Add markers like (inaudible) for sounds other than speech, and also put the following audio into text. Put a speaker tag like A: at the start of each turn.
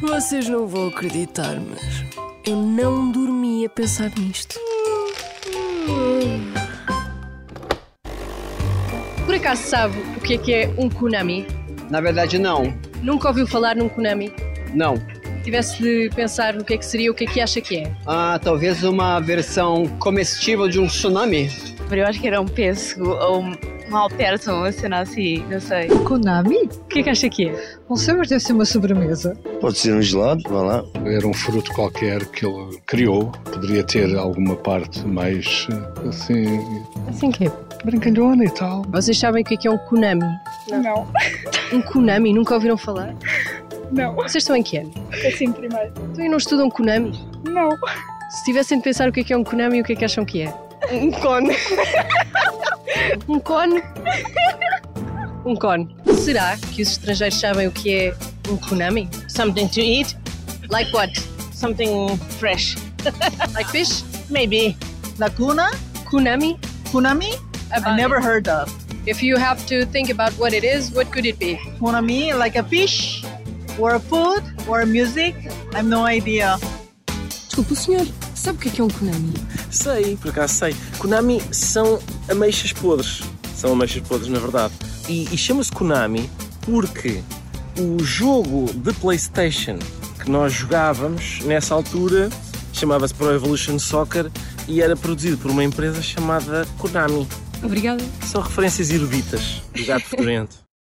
A: Vocês não vão acreditar, mas eu não dormi a pensar nisto.
B: Por acaso sabe o que é que é um Konami?
C: Na verdade, não.
B: Nunca ouviu falar num Konami?
C: Não.
B: Tivesse de pensar no que é que seria, o que é que acha que é?
C: Ah, talvez uma versão comestível de um tsunami?
D: Eu acho que era um pêssego ou um alperto, um sinal assim, não sei.
E: Konami?
B: O que é que acha que é?
E: Não sei, mas deve ser uma sobremesa.
F: Pode ser um gelado, vá lá.
G: Era um fruto qualquer que ele criou. Poderia ter alguma parte mais eh, assim
B: Assim que é.
G: brincalhona e tal.
B: Vocês sabem o que é que é um Konami?
H: Não,
B: (laughs) Um Konami? Nunca ouviram falar?
H: não,
B: Vocês estão em que ano?
H: assim primeiro.
B: Então eu não estudam Konami?
H: Não.
B: Se tivessem de pensar o que é que é um Konami, o que é que acham que é?
D: Um cone.
B: Um cone? Um cone. Será que os estrangeiros sabem o que é um Konami?
I: something to eat?
B: Like what?
I: Something fresh?
B: (laughs) Like fish?
I: Maybe. Lacuna?
B: Konami?
I: Kunami? I
B: About
I: never heard of.
B: it. If you have to think about what it is, what could it be?
I: Kunami, like a fish? Or food? Or music? I have no idea.
A: Desculpa, o senhor sabe o que é que é um Konami?
J: Sei, por acaso sei. Konami são ameixas podres. São ameixas podres, na verdade. E, e chama-se Konami porque o jogo de PlayStation que nós jogávamos nessa altura chamava-se Pro Evolution Soccer e era produzido por uma empresa chamada Konami,
A: Obrigada.
J: que são referências eruditas do gato fedorento.